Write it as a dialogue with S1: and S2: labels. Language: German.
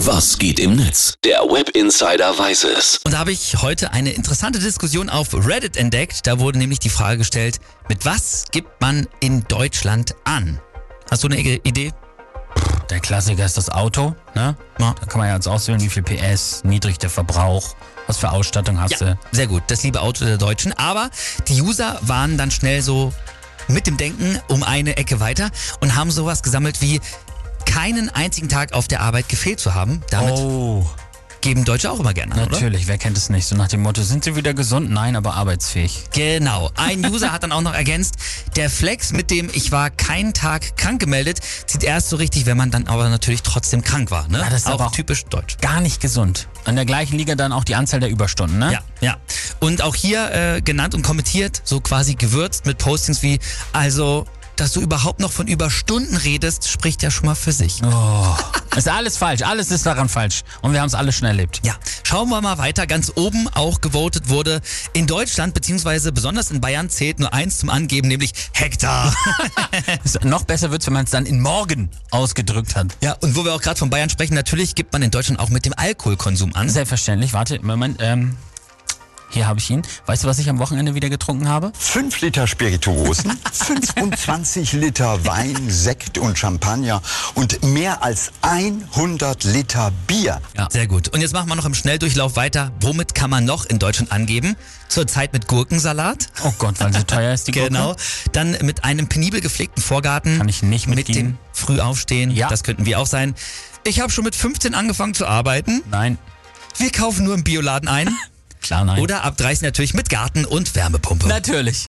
S1: Was geht im Netz? Der Web Insider weiß es.
S2: Und da habe ich heute eine interessante Diskussion auf Reddit entdeckt. Da wurde nämlich die Frage gestellt, mit was gibt man in Deutschland an? Hast du eine I- Idee?
S3: Der Klassiker ist das Auto, ne?
S2: Ja.
S3: Da kann man ja jetzt auswählen, wie viel PS, niedrig der Verbrauch, was für Ausstattung hast du.
S2: Sehr gut, das liebe Auto der Deutschen. Aber die User waren dann schnell so mit dem Denken um eine Ecke weiter und haben sowas gesammelt wie keinen einzigen Tag auf der Arbeit gefehlt zu haben. Damit
S3: Oh,
S2: geben Deutsche auch immer gerne an, oder?
S3: natürlich, wer kennt es nicht? So nach dem Motto, sind sie wieder gesund? Nein, aber arbeitsfähig.
S2: Genau. Ein User hat dann auch noch ergänzt, der Flex, mit dem ich war keinen Tag krank gemeldet, zieht erst so richtig, wenn man dann aber natürlich trotzdem krank war. Ne?
S3: Ja, das ist aber auch-
S2: typisch deutsch.
S3: Gar nicht gesund. In der gleichen Liga dann auch die Anzahl der Überstunden, ne?
S2: Ja, ja. Und auch hier äh, genannt und kommentiert, so quasi gewürzt mit Postings wie, also, dass du überhaupt noch von Überstunden redest, spricht ja schon mal für sich.
S3: Ist alles falsch, alles ist daran falsch. Und wir haben es alle schon erlebt.
S2: Ja, schauen wir mal weiter. Ganz oben auch gewotet wurde in Deutschland, beziehungsweise besonders in Bayern zählt nur eins zum Angeben, nämlich Hektar.
S3: Ist- Noch besser wird's, wenn man es dann in morgen ausgedrückt hat.
S2: Ja, und wo wir auch gerade von Bayern sprechen, natürlich gibt man in Deutschland auch mit dem Alkoholkonsum an.
S3: Selbstverständlich, warte, Moment, ähm, hier habe ich ihn. Weißt du, was ich am Wochenende wieder getrunken habe?
S4: 5 Liter Spirituosen, 25 Liter Wein, Sekt und Champagner und mehr als 100 Liter Bier.
S2: Ja. Sehr gut. Und jetzt machen wir noch im Schnelldurchlauf weiter. Womit kann man noch in Deutschland angeben? Zurzeit mit Gurkensalat.
S3: Oh Gott, weil so teuer ist die Gurke.
S2: Genau. Dann mit einem penibel gepflegten Vorgarten.
S3: Kann ich nicht
S2: Mit dem
S3: mitgehen.
S2: Frühaufstehen.
S3: Ja.
S2: Das könnten wir auch sein. Ich habe schon mit 15 angefangen zu arbeiten.
S3: Nein,
S2: Wir kaufen nur im Bioladen ein.
S3: klar nein.
S2: Oder ab 30 natürlich mit Garten und Wärmepumpe.
S3: Natürlich.